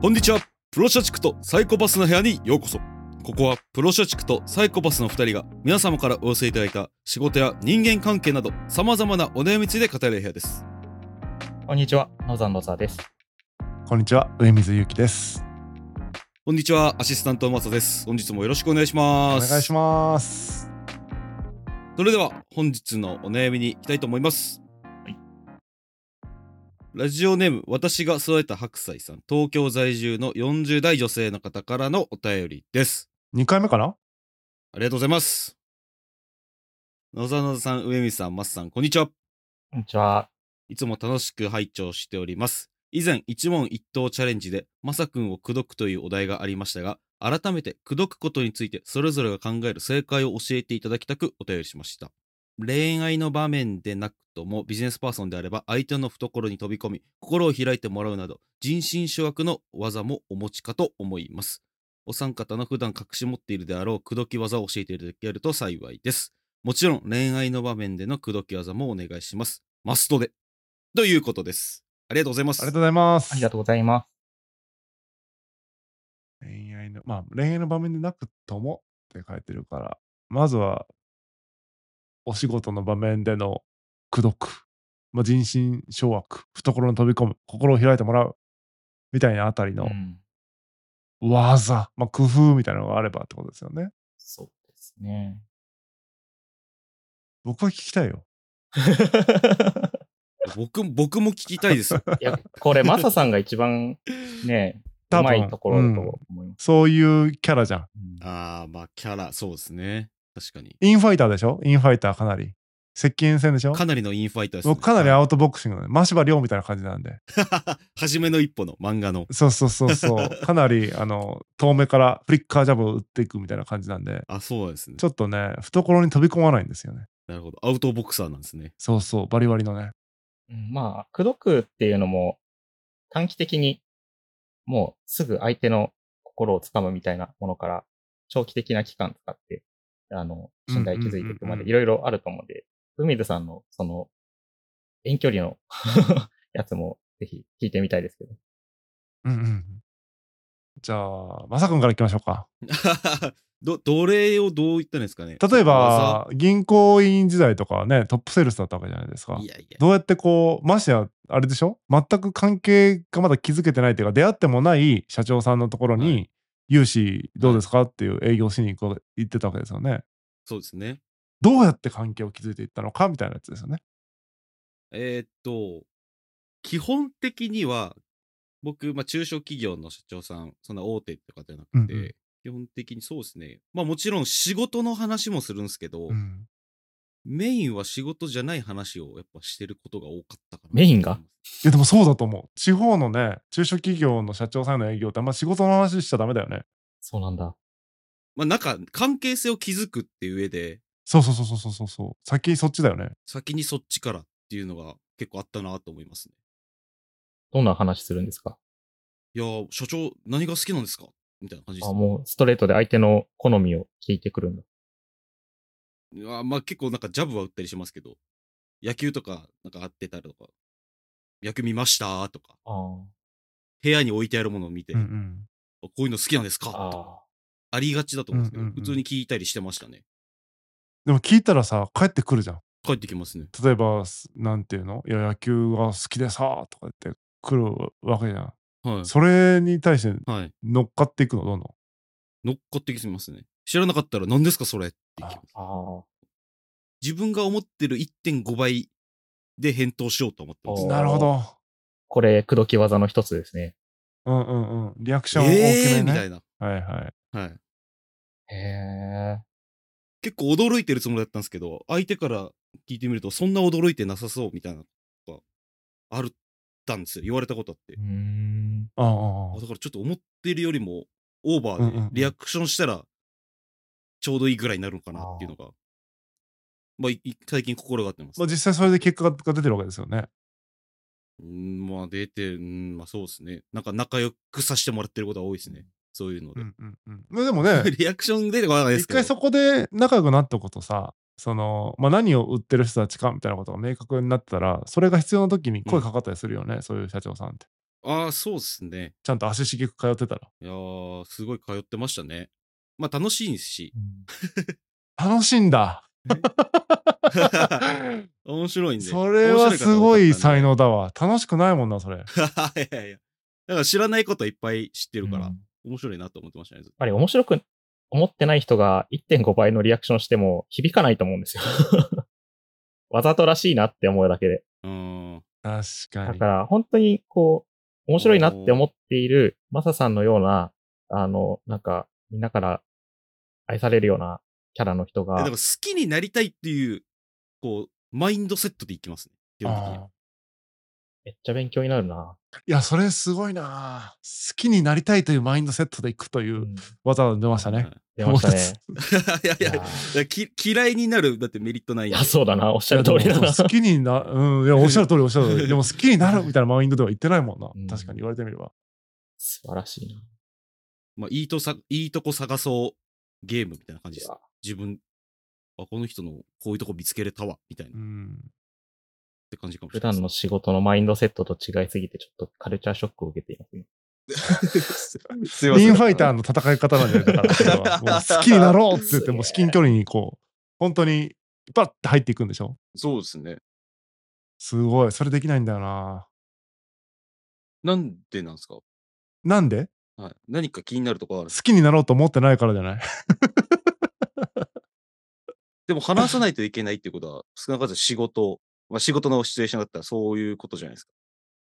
こんにちはプロ社畜とサイコパスの部屋にようこそここはプロ社畜とサイコパスの2人が皆様からお寄せいただいた仕事や人間関係などさまざまなお悩みについて語る部屋ですこんにちは、ノザンノザです。こんにちは、上水ゆうきです。こんにちはアシスタントマサです本日もよろしくお願いしおます願いします。それでは本日のお悩みに行きたいと思います、はいラジオネーム私が育てた白菜さん東京在住の40代女性の方からのお便りです2回目かあなりがとうございます野沢野沢さん上水さんマスさんこんにちはこんにちは。いつも楽しく拝聴しております。以前、一問一答チャレンジで、まさくんを口説くというお題がありましたが、改めて口説くことについて、それぞれが考える正解を教えていただきたくお便りしました。恋愛の場面でなくとも、ビジネスパーソンであれば、相手の懐に飛び込み、心を開いてもらうなど、人心掌握の技もお持ちかと思います。お三方の普段隠し持っているであろう口説き技を教えていただけると幸いです。もちろん、恋愛の場面での口説き技もお願いします。マストで。ということです。ありがとうございまあす。りがとうございます。ありがとうございます。恋愛の、まあ、恋愛の場面でなくともって書いてるから、まずは、お仕事の場面での口説く、まあ、人心掌握、懐に飛び込む、心を開いてもらう、みたいなあたりうのん、技、まあ、工夫みたいなのがあればってことですよね。そうです ね。僕は聞きたいよ。僕僕も聞きたいです。いや、これ、マサさんが一番ね、う多ま分いところだと思います。そういうキャラじゃん。うんああ、まあ、キャラ、そうですね。確かに。インファイターでしょインファイターかなり。接近戦でしょかなりのインファイターです、ね。僕かなりはアウトボクシングのね、真柴亮みたいな感じなんで。い 初めの一歩の漫画の。そうそうそう そう。かなり、あの、遠目からフリッカージャブを打っていくみたいな感じなんで、あ、そうなんですねち。ょっとね、懐に飛び込まないんですよね。なるほど。アウトボクサーなんですね。 そうそう、バリバリのね。うんまあ、口説くっていうのも、短期的に、もうすぐ相手の心をつかむみたいなものから、長期的な期間使って、あの、信頼築いていくまうんうんうんで、うんいろいろあると思うんで、海津さんの、その、遠距離の やつも、ぜひ聞いてみたいですけど。うんうん。じゃあ、まさくんからいきましょうか。ど、奴隷をどう言ったんですかね。例えば、銀行員時代とかはね、トップセールスだったわけじゃないですか技、い。やいや。どうやってこう、ましてや、あれでしょ全く関係がまだ築けてないというか、出会ってもない社長さんのところに、は融資どうですかっていう営業しに行こう行ってたわけですよね。そうですね。どうやって関係を築いていったのかみたいなやつですよね。えーっと、基本的には、僕、まあ、中小企業の社長さん、そんな大手とかじゃなくて、うんうん基本的にそうですね。まあ、もちろん仕事の話もするんですけど、うんメインは仕事じゃない話をやっぱしてることが多かったかな。メインがいやでもそうだと思う。地方のね、中小企業の社長さんへの営業ってあんま仕事の話しちゃダメだよね。そうなんだ。まあ、なんか、関係性を築くっていう上で、そうそうそうそうそうそうそう。先にそっちだよね。先にそっちからっていうのが結構あったなと思いますね。どんな話するんですかいやー、社長、何が好きなんですかみたいな感じですあね。もうストレートで相手の好みを聞いてくるんだ。うわまあ結構なんかジャブは打ったりしますけど、野球とかなんか合ってたりとか、野球見ましたーとか、あー部屋に置いてあるものを見て、うんうん。こういうの好きなんですかとかあありがちだと思うんですけど、うんうんうん普通に聞いたりしてましたね。でも聞いたらさ、帰ってくるじゃん。帰ってきますね。例えば、すなんていうのいや、野球が好きでさ、とか言って来るわけじゃん。はそれに対してい。はい。乗っかっていくの、どんどん。乗っかってきてますね。知らなかったら何ですかそれって聞きますあー。自分が思ってる1.5倍で返答しようと思ってますおー。なるほど。これ、口説き技の一つですね。うんうんうん。リアクション大きええめー、みね。たいな。はいはい。はい。へえ。結構驚いてるつもりだったんですけど、相手から聞いてみると、そんな驚いてなさそうみたいなのがあるったんですよ。言われたことあってう。ーん。あああだからちょっと思ってるよりもオーバうんうんーうんでリアクションしたらちょうどいいぐらいになるのかなっていうのが、まあ、いい最近心がけてます。まあ実際それで結果が出てるわけですよね。うんまあ、出て、うん、まあそうですね。なんか仲良くさせてもらってることが多いですね。そういうのうで。んうんうん。まあで もね、リアクション出てこないです一けど。回そこで仲良くなったことさその、まあ、何を売ってる人たちかみたいなことが明確になってたらそれが必要な時に声かかったりするよね、そういう社長さんってああ、そうですね。ちゃんと足しげく通ってたら。いやー、すごい通ってましたね。まあ楽しい し、楽しいんだ。面白いんで。それはすごい才能。能だわ。楽しくないもんな、そ れ。いやいや。だから知らないこといっぱい知ってるから、うんやっ面白いなと思ってましたね。ずっとぱり面白く思ってない人が1.5倍のリアクションしても響かないと思うんですよ。わざとらしいなって思うだけで。うーん。確かだにか。ら本当にこう、面白いなって思っているマサさんのような、あの、なんか、みんなから愛されるようなキャラの人えだがから、好きになりたいっていう、こう、マインドセットでいきますね。基本的にはあめっちゃ勉強になるな。ーいや、それすごいな。好きになりたいというマインドセットでいくといううん技が出ましたね。出ましたね。 はいいやいやいいややき、嫌いになる、だってメリットないんいでや、そうだな。おっしゃる通りだなでも。好きにな、うん、いや、おっしゃる通り、おっしゃる通り。でも、好きになるみたいなマインドでは言ってないもんなうん。確かに言われてみれば。素晴らしいな。まあ、いいとさ、いいとこ探そうゲームみたいな感じですいや。自分、あ、この人のこういうとこ見つけれたわ、みたいなうっん。て感じかもし普れない段の仕事のマインドセットと違いすぎて、ちょっとカルチャーショックを受けていますね。 すいませリん。ンファイターの戦い方なんじゃないだからそれは、もう好きになろうって言って、もう至近距離にこう、本当に、バッて入っていくんでしょそうですね。すごい。それできないんだよな。なんでなんですか、なんではい、何か気になるとこあるん好ですかきになろうと思ってないからじゃないでも話さないといけないっていうことは、少なからず仕事、まあ、仕事のシチュエーションだったらそういうことじゃないですか。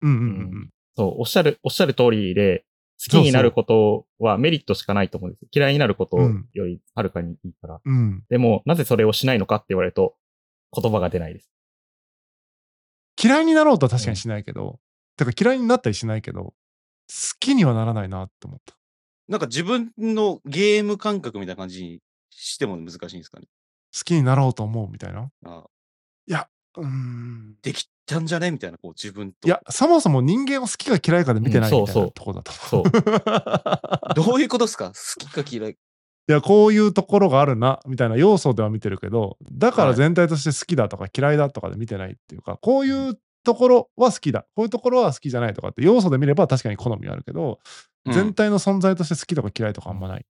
うんうんうんそう、おっしゃる、おっしゃる通りで、好きになることはメリットしかないと思うんです。嫌いになることうんよりはるかにいいから。うん。うん。でも、なぜそれをしないのかって言われると、言葉が出ないです。嫌いになろうとは確かにしないけど、てか嫌いになったりしないけど、好きにはならないなって思った。なんか自分のゲーム感覚みたいな感じにしても難しいんですかね。好きになろうと思うみたいな。あうーん。できたんじゃねみたいな、こう自分と。いや、そもそも人間を好きか嫌いかで見てないうんみたいそうそなうとこだと思う。そう。 どういうことですか好きか嫌い。いや、こういうところがあるな、みたいな要素では見てるけど、だから全体として好きだとか嫌いだとかで見てないっていうか、こういうところは好きだ、こういうところは好きじゃないとかって要素で見れば確かに好みはあるけど、うん全体の存在として好きとか嫌いとかあんまない。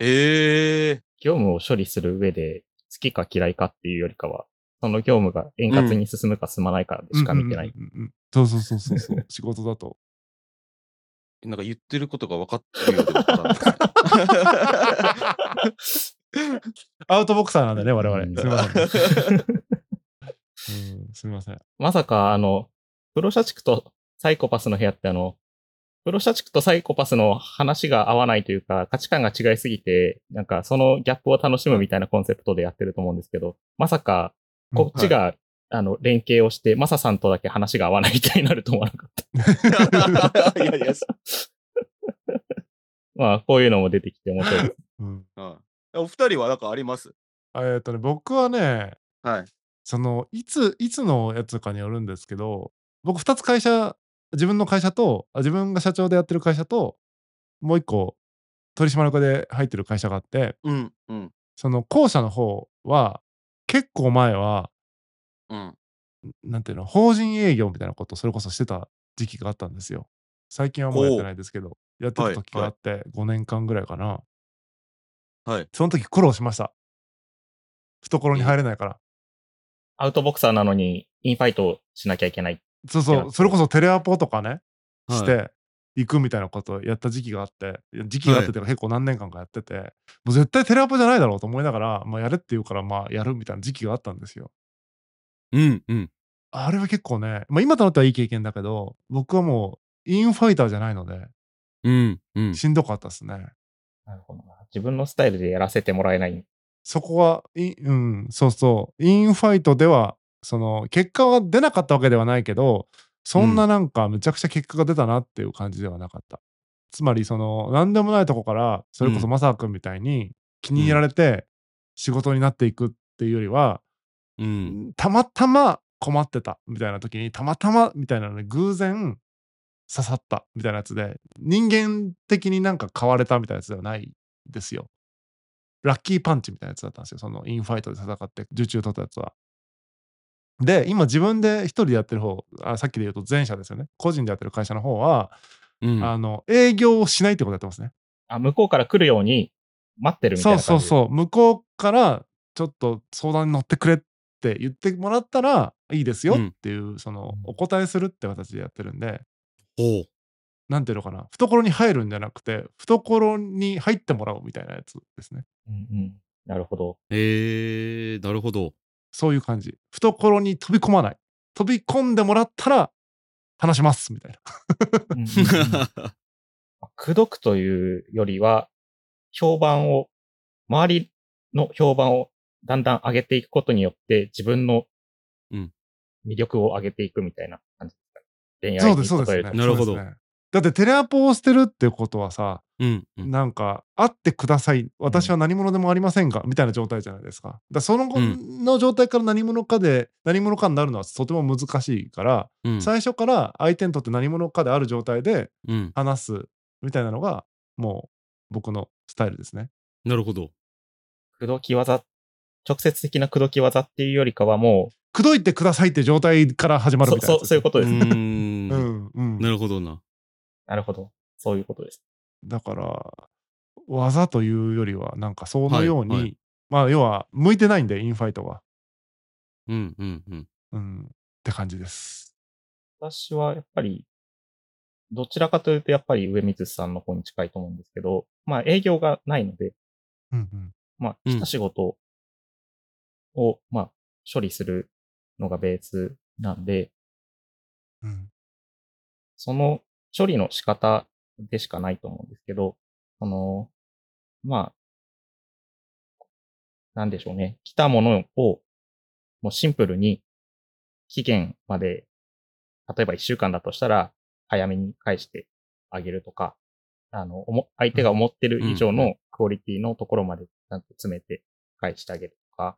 ええ業務を処理する上で、好きか嫌いかっていうよりかは、その業務が円滑に進むか進まないかでしか見てない。うんうんうんうん。そうそうそうそう そう。仕事だと。なんか言ってることが分かってるようで分からないですねアウトボクサーなんだね、我々。うんすみません。 うんすみません。まさか、あの、プロ社畜とサイコパスの部屋ってあの、プロ社畜とサイコパスの話が合わないというか、価値観が違いすぎて、なんかそのギャップを楽しむみたいなコンセプトでやってると思うんですけど、まさか、こっちが、あの、連携をして、マサさんとだけ話が合わないみたいになると思わなかっ た。いやいや、そまあ、こういうのも出てきて面白いです。うん はいお二人はなんかありますあえっとね、僕はね、はい。そのいついつのやつかによるんですけど僕2つ会社自分の会社とあ自分が社長でやってる会社ともう一個取締役で入ってる会社があってうん、うん、その後者の方は結構前はうん。なんていうの法人営業みたいなことをそれこそしてた時期があったんですよ最近はもうやってないですけどやってた時があって5年間ぐらいかなはいその時苦労しました懐に入れないからアウトボクサーなのに、インファイトをしなきゃいけない。そういやそうそれこそテレアポとかねはいして行くみたいなことをやった時期があって、いや時期があってて結構何年間かやってて、もう絶対テレアポじゃないだろうと思いながら、まあ、やれって言うからまあやるみたいな時期があったんですよ。うんうん。あれは結構ね、まあ、今となってはいい経験だけど僕はもうインファイターじゃないのでうんうん。しんどかったですね。なるほどな。自分のスタイルでやらせてもらえない。そこはインうんそうそうインファイトではその結果は出なかったわけではないけどそんななんかめちゃくちゃ結果が出たなっていう感じではなかった、つまりその何でもないとこからそれこうそんマサ君みたいに気に入られて仕事になっていくっていうよりは、うん。たまたま困ってたみたいな時にたまたまみたいなので偶然刺さったみたいなやつで人間的になんか買われたみたいなやつではないですよラッキーパンチみたいなやつだったんですよそのインファイトで戦って受注取ったやつはで、今自分で一人でやってる方、あさっきで言うと前者ですよね。個人でやってる会社の方は、うん。あの、営業をしないってことやってますね。あ、向こうから来るように待ってるみたいそうなそ感うじ。そう。向こうから、ちょっと相談に乗ってくれって言ってもらったらいいですよっていう、その、お答えするって形でやってるんで、ほう。なんていうのかな、懐に入るんじゃなくて、懐に入ってもらおうみたいなやつですね。う。うんうん。なるほ ど。えー、なるほど。そういう感じ。懐に飛び込まない。飛び込んでもらったら、話しますみたいな。うんうんうん口説くというよりは、評判を、周りの評判をだんだん上げていくことによって、自分のうん魅力を上げていくみたいな感じですか、ね。そう恋です、愛そにうで例えるす、ね。と。なるほどそうですねだってテレアポをしてるってことはさ、うん。 うんなんか、会ってください、私は何者でもありませんが、みたいな状態じゃないですか。だからその後うんの状態から何者かで、何者かになるのはとても難しいから、うん。最初から相手にとって何者かである状態でうん。話すみたいなのが、もう僕のスタイルですね。なるほど。口説き技、直接的な口説き技っていうよりかはも口説いてくださいって状態から始う、まるそみたいなそやつうですそういうね。ことうです、ねーん。うんうんなるほどな。なるほど。そういうことです。だから技というよりはなんかそのように、はいはいまあ要は向いてないんでインファイトは、うんうんうん。うん、って感じです。私はやっぱり、どちらかというとやっぱり上水さんの方に近いと思うんですけど、まあ営業がないので、うんうんまあ、うん来た仕事を、まあ、処理するのがベースなんで、うんその処理の仕方でしかないと思うんですけど、その、まあ、なんでしょうね。来たものを、もうシンプルに、期限まで、例えば1週間だとしたら、早めに返してあげるとか、あの、おも相手が思ってる以上うんのクオリティのところまでちゃんと詰めて返してあげるとか、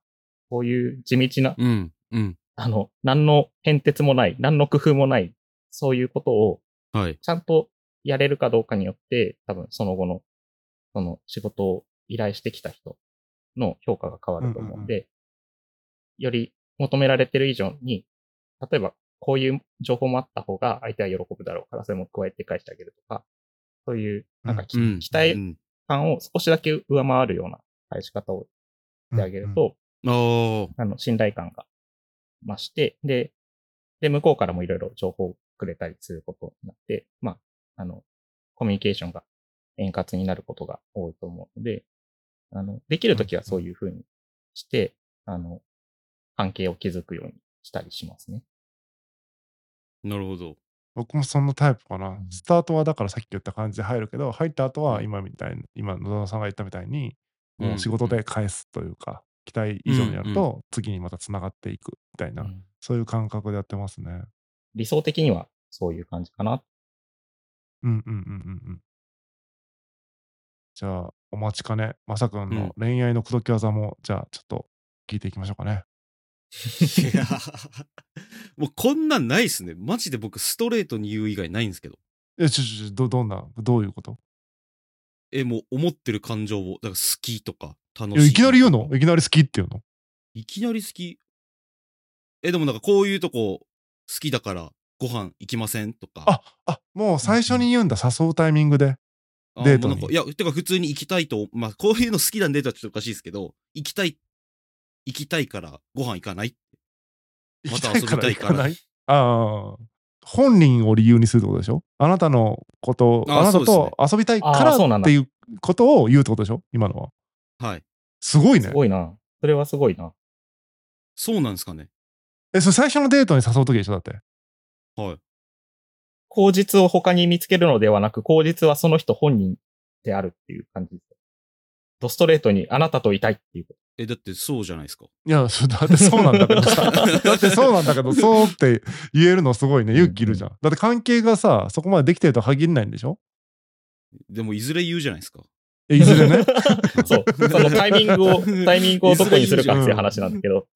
こういう地道なうんうん。あの、何の変哲もない、何の工夫もない、そういうことをはい。ちゃんとやれるかどうかによって、多分その後の、その仕事を依頼してきた人の評価が変わると思うんで、より求められてる以上に、例えばこういう情報もあった方が相手は喜ぶだろうから、それも加えて返してあげるとか、そういう、なんかき、うん。期待うん感を少しだけ上回るような返し方をしてあげると、あーあの、信頼感が増して、で、で、向こうからもいろいろ情報をくれたりすることになって、まあ、あの、コミュニケーションが円滑になることが多いと思うので、あの、できるときはそういうふうにして、あの、関係を築くようにしたりしますね。なるほど。僕もそのタイプかな、んスタートはだからさっき言った感じで入るけど入った後は今みたいに今野田さんが言ったみたいにもう仕事で返すというか、期待以上にやるうと次にまたつながっていくみたいな、うんそういう感覚でやってますね。理想的にはそういう感じかな。うんうんうんうんうん。じゃあ、お待ちかね、まさくんの恋愛の口説き技も、じゃあ、ちょっと聞いていきましょうかね。いやーもうこんなんないっすね。マジで僕ストレートに言う以外ないんですけど。え、ちょちょちょ、ど、どんな、どういうことえ、もう思ってる感情を、だから好きとか楽いやしい。いきなり言うのいきなり好きっていうのいきなり好き。え、でもなんかこういうとこ好きだからご飯行きませんとか。あ、あ、もう最初に言うんだ、誘うタイミングで。あデートもうになんかいや、てか普通に行きたいと、まあこういうの好きなんでとはちょっとおかしいですけど、行きたい、行きたいからご飯行かないまた遊びたいから行き行ないああ。本人を理由にするってことでしょあなたのこと、ああなたそうでと遊びたいかあらーそうなんっだていうことを言うってことでしょ今のは。はい。すごいねす。ごいな。それはすごいな。そうなんですかね。え、それ最初のデートに誘うときでしょだって。はい。口実を他に見つけるのではなく、口実はその人本人であるっていう感じです。ドストレートにあなたといたいっていう。え、だってそうじゃないですか。いや、そうだってそうなんだけ どさ。だってそうなんだけど、そうって言えるのすごいね。勇気いるじゃん。だって関係がさ、そこまでできてるとは限らないんでしょ でもいずれ言うじゃないですか。えいず れね。そう。そのタイミングを、 タイミングをどこにするかっていう話なんだけど。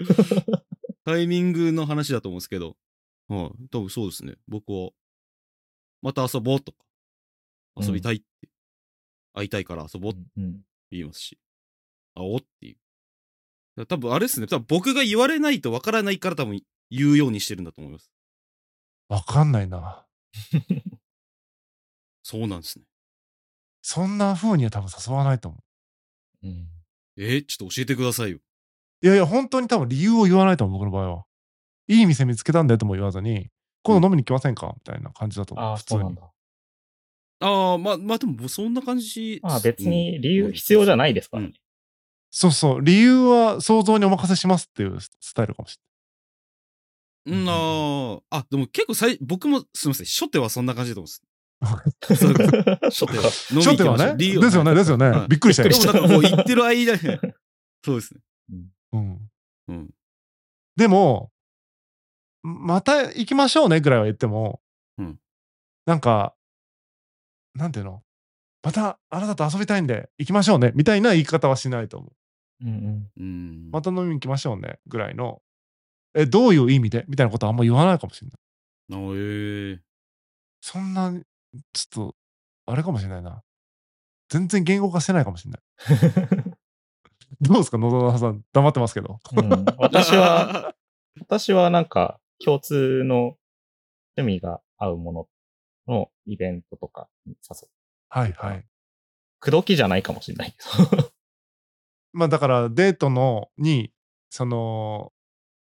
タイミングの話だと思うんですけど、はい、多分そうですね。僕は、また遊ぼうとか、うん遊びたいって、会いたいから遊ぼうってうん言いますし、会おうっていう。多分あれですね、多分僕が言われないとわからないから多分言うようにしてるんだと思います。わかんないな。そうなんですね。そんな風には多分誘わないと思うん。えーちょっと教えてくださいよ。う。いやいや、本当に多分理由を言わないと思う、僕の場合は。いい店見つけたんだよとも言わずに、今度飲みに来ませんかみたいな感じだと思あう。あ、普通そうなんに。だ。ああ、まあ、まあでも、そんな感じ。まあ別に理由必要じゃないですからね。そうそう。理由は想像にお任せしますっていうスタイルかもしうん。うん、あーあ、でも結構さい、僕もすみません、初手はそんな感じだと思うんです。そうです 初手は。飲れみな行きましょうい。初手はね。理由ですよね、ですよね。はいびっくりしたよで。もなんかもう言ってる間に、そうですね。うん、うん。でも、また行きましょうねぐらいは言っても、うんなんか、なんていうのまたあなたと遊びたいんで行きましょうねみたいな言い方はしないと思う。うんうん。うん。また飲みに行きましょうねぐらいの、え、どういう意味でみたいなことはあんま言わないかもしれない。あーえそんな、ちょっと、あれかもしれないな。全然言語化してないかもしれない。どうですか野沢さん、黙ってますけど。うん、え私は、、私はなんか共通の趣味が合うもののイベントとかに誘う。はいはい。口説きじゃないかもしれないけど。まあだからデートのにその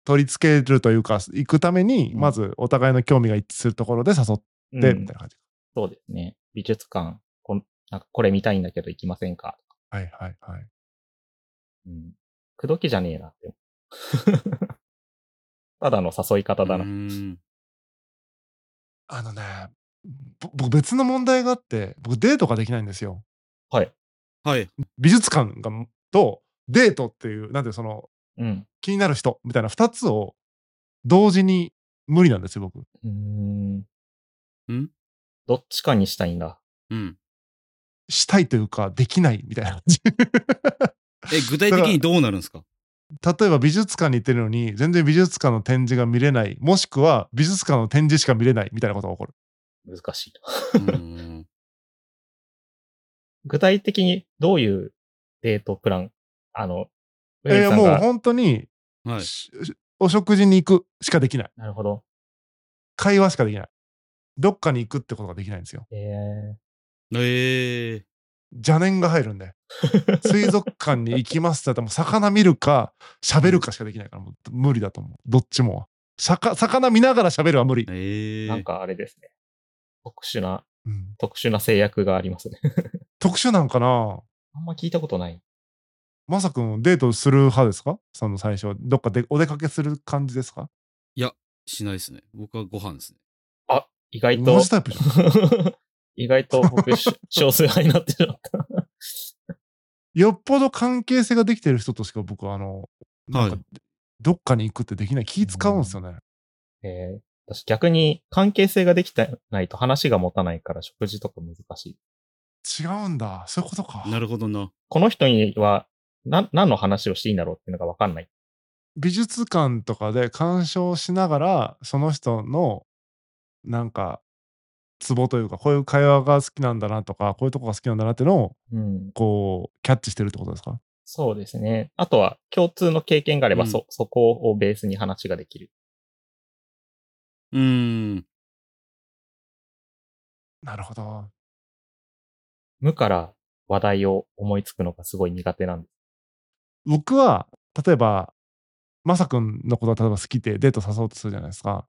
取り付けるというか行くためにうんまずお互いの興味が一致するところで誘ってみたういんな感じ。そうですね。美術館、こんなんかこれ見たいんだけど行きませんか、はいはいはい。うん、口説きじゃねえな って。ただの誘い方だな。ううんん。あのねぼ僕別の問題があって僕デートができないんですよ。はい。美術館がとデートっていうなんていうのそのうん。気になる人みたいな2つを同時に無理なんですよ僕。うーん。んどっちかにしたいんだ。うん。したいというかできないみたいな感 じ。え、具体的にどうなるんですか例えば美術館に行ってるのに全然美術館の展示が見れないもしくは美術館の展示しか見れないみたいなことが起こる難しいな。うん。具体的にどういうデートプランあの、いや上いやさんもうが本当に、はい。しお食事に行くしかできないなるほど。会話しかできないどっかに行くってことができないんですよええええ邪念が入るんで水族館に行きますって言ったらもう魚見るか喋るかしかできないからもう無理だと思うどっちもはさか魚見ながら喋るは無理、ええなんかあれですね。特殊な、うん特殊な制約がありますね。 特殊なんかなあんま聞いたことない。まさくんデートする派ですかその最初どっかでお出かけする感じですかしないですね。僕はご飯ですね。意外同とじ、タイプじゃん 意外と僕、し少数派になってしまった。よっぽど関係性ができてる人としか僕はあの、なんかはいどっかに行くってできない気使うんですよね。ええ私逆に関係性ができてないと話が持たないから食事とか難しい。違うんだ。そういうことか。なるほどな。この人には、な、何の話をしていいんだろうっていうのがわかんない。美術館とかで鑑賞しながら、その人のなんか、ツボというか、こういう会話が好きなんだなとか、こういうとこが好きなんだなっていうのを、うん。こう、キャッチしてるってことですかそうですね。あとは共通の経験があれば、うんそ、そこをベースに話ができる。うーん。なるほど。無から話題を思いつくのがすごい苦手なんです。僕は、例えば、まさくんのことが例えば好きでデート誘おうとするじゃないですか。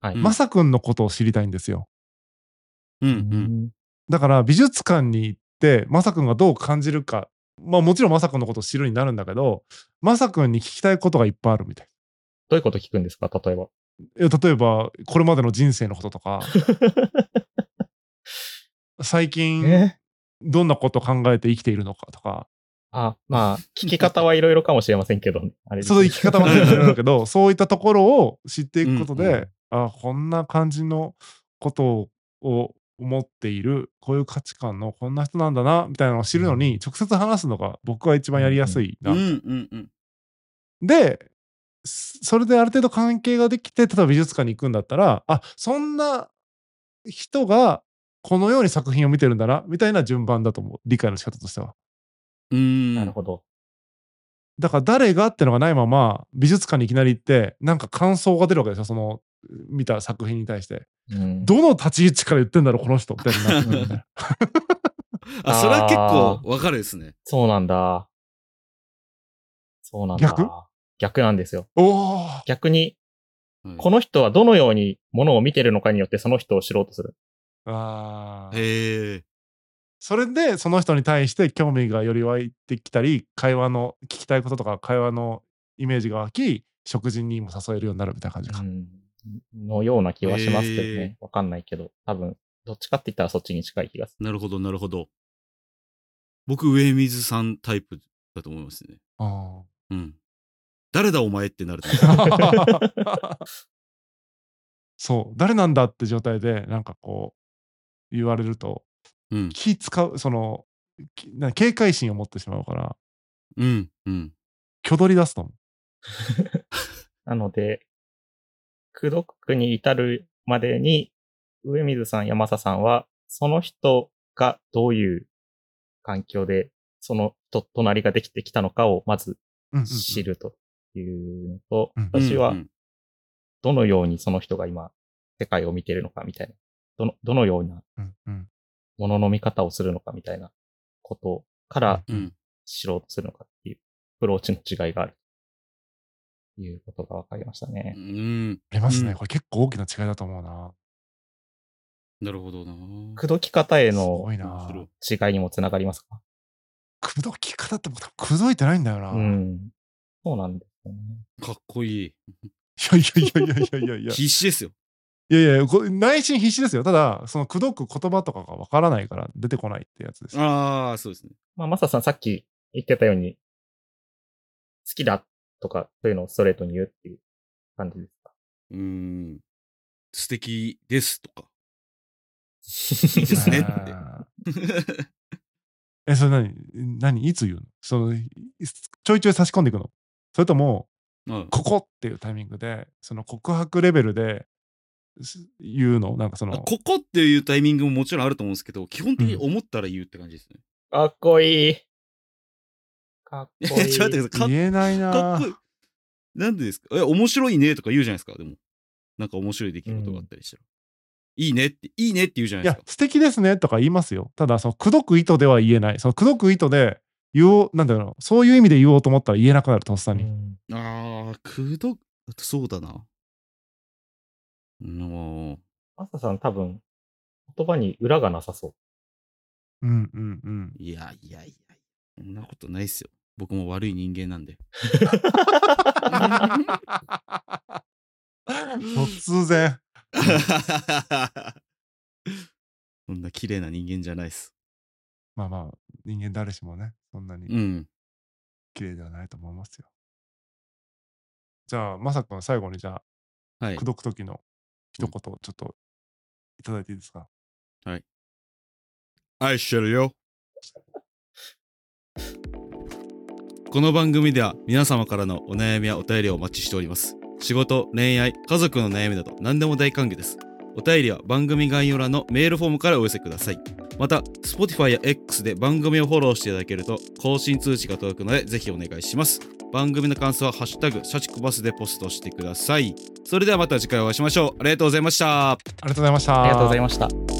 はい。うんまさくんのことを知りたいんですよ。うんううん。んだから美術館に行ってまさくんがどう感じるかまあもちろんまさくんのことを知るになるんだけどまさくんに聞きたいことがいっぱいあるみたいどういうこと聞くんですか例え ば。いや例えばこれまでの人生のことと か最近えどんなことを考えて生きているのかとかあ、まあ、聞き方はいろいろかもしれませんけど、あれです その生き方もあるんだけ どそういったところを知っていくことうんで、あこんな感じのことを思っているこういう価値観のこんな人なんだなみたいなのを知るのに直接話すのが僕は一番やりやすいなうんうんうん。で、そそれである程度関係ができて、例えば美術館に行くんだったら、あそんな人がこのように作品を見てるんだな、みたいな順番だと思う。理解の仕方としては。うーん。なるほど。だから誰がってのがないまま美術館にいきなり行ってなんか感想が出るわけですよその見た作品に対してうんどの立ち位置から言ってんだろうこの人みたいになってくるみたいなあ、それは結構わかるですね。そうなんだ。そうなんだ。逆逆なんですよ。おー逆に、はいこの人はどのようにものを見てるのかによってその人を知ろうとする。あーへえ。それでその人に対して興味がより湧いてきたり会話の聞きたいこととか会話のイメージが湧き食事にも誘えるようになるみたいな感じか、うんのような気はしますけどへね。わ、かんないけど、多分、どっちかって言ったらそっちに近い気がすなるほど、なるほど。僕、上水さんタイプだと思いますね。あうん。誰だお前ってなると思う。ーそう誰なんだって状態でなんかこう言われるとうん。気使うそのきな警戒心を持ってしまうからうん。うん。挙取り出すと思うる。なので、苦毒に至るまでに、上水さん、山佐さんは、その人がどういう環境で、その人と隣ができてきたのかをまずうんうんうん知るというのと、うん私はうんどのようにその人が今世界を見てるのかみたいな、どのどのようなうんうんものの見方をするのかみたいなことからうん。うん知ろうとするのかっていうアプローチの違いがある。ということが分かりましたねう。ん。ありますね、うんこれ結構大きな違いだと思うななるほどな。口説き方へすのごいな面違いにもつながりますか口説き方って僕口説いてないんだよな、ういん。そうなんですよね。かっこいい。やいやいやいやいやいやいや必死ですよ。いやいや、こ内心必死ですよ。ただ、その口説く言葉とかがわからないから出てこないってやつです。ああ、そうですね。まあ、マサさんさっき言ってたように、好きだとか、そういうのをストレートに言うっていう感じですかうん。素敵ですと か。いいですねって。あー。え、それ何何いつ言うのその、いちょいちょい差し込んでいくのそれとも、うんここっていうタイミングで、その告白レベルです言うのなんかそあの、ここっていうタイミングももちろんあると思うんですけど、基本的に思ったら言うって感じですね。かっこいい。かっいこいや、い。ちょっと待ってください。言えないかかなっこいい。なんでですかえ、面白いねとか言うじゃないですか、でも。なんか面白い出来事があったりしたら。いいねって、いいねって言うじゃないいでやすか、。素敵ですねとか言いますよ。ただ、その、口説く意図では言えない。その、口説く意図で言おう、なんだろう、そういう意味で言おうと思ったら言えなくなる、とっさに。うんああ、く ど、そうだな。のマサさん多分、言葉に裏がなさそう。うんうんうん。いやいやいや、そんなことないっすよ。僕も悪い人間なんで。 突然。そんな綺麗な人間じゃないっす。まあまあ、人間誰しもね、そんなうにん。綺麗ではないと思いますよ。じゃあ、まさくん、最後にじゃあ、はい口。説く時の一言、ちょっといただいていいですか。愛してるよ。この番組では皆様からのお悩みやお便りをお待ちしております。仕事、恋愛、家族の悩みなど何でも大歓迎です。お便りは番組概要欄のメールフォームからお寄せください。また、Spotify や X で番組をフォローしていただけると更新通知が届くのでぜひお願いします。番組の感想はハッシュタグ、シャチコバスでポストしてください。それではまた次回お会いしましょう。ありがとうございました。ありがとうございました。ありがとうございました。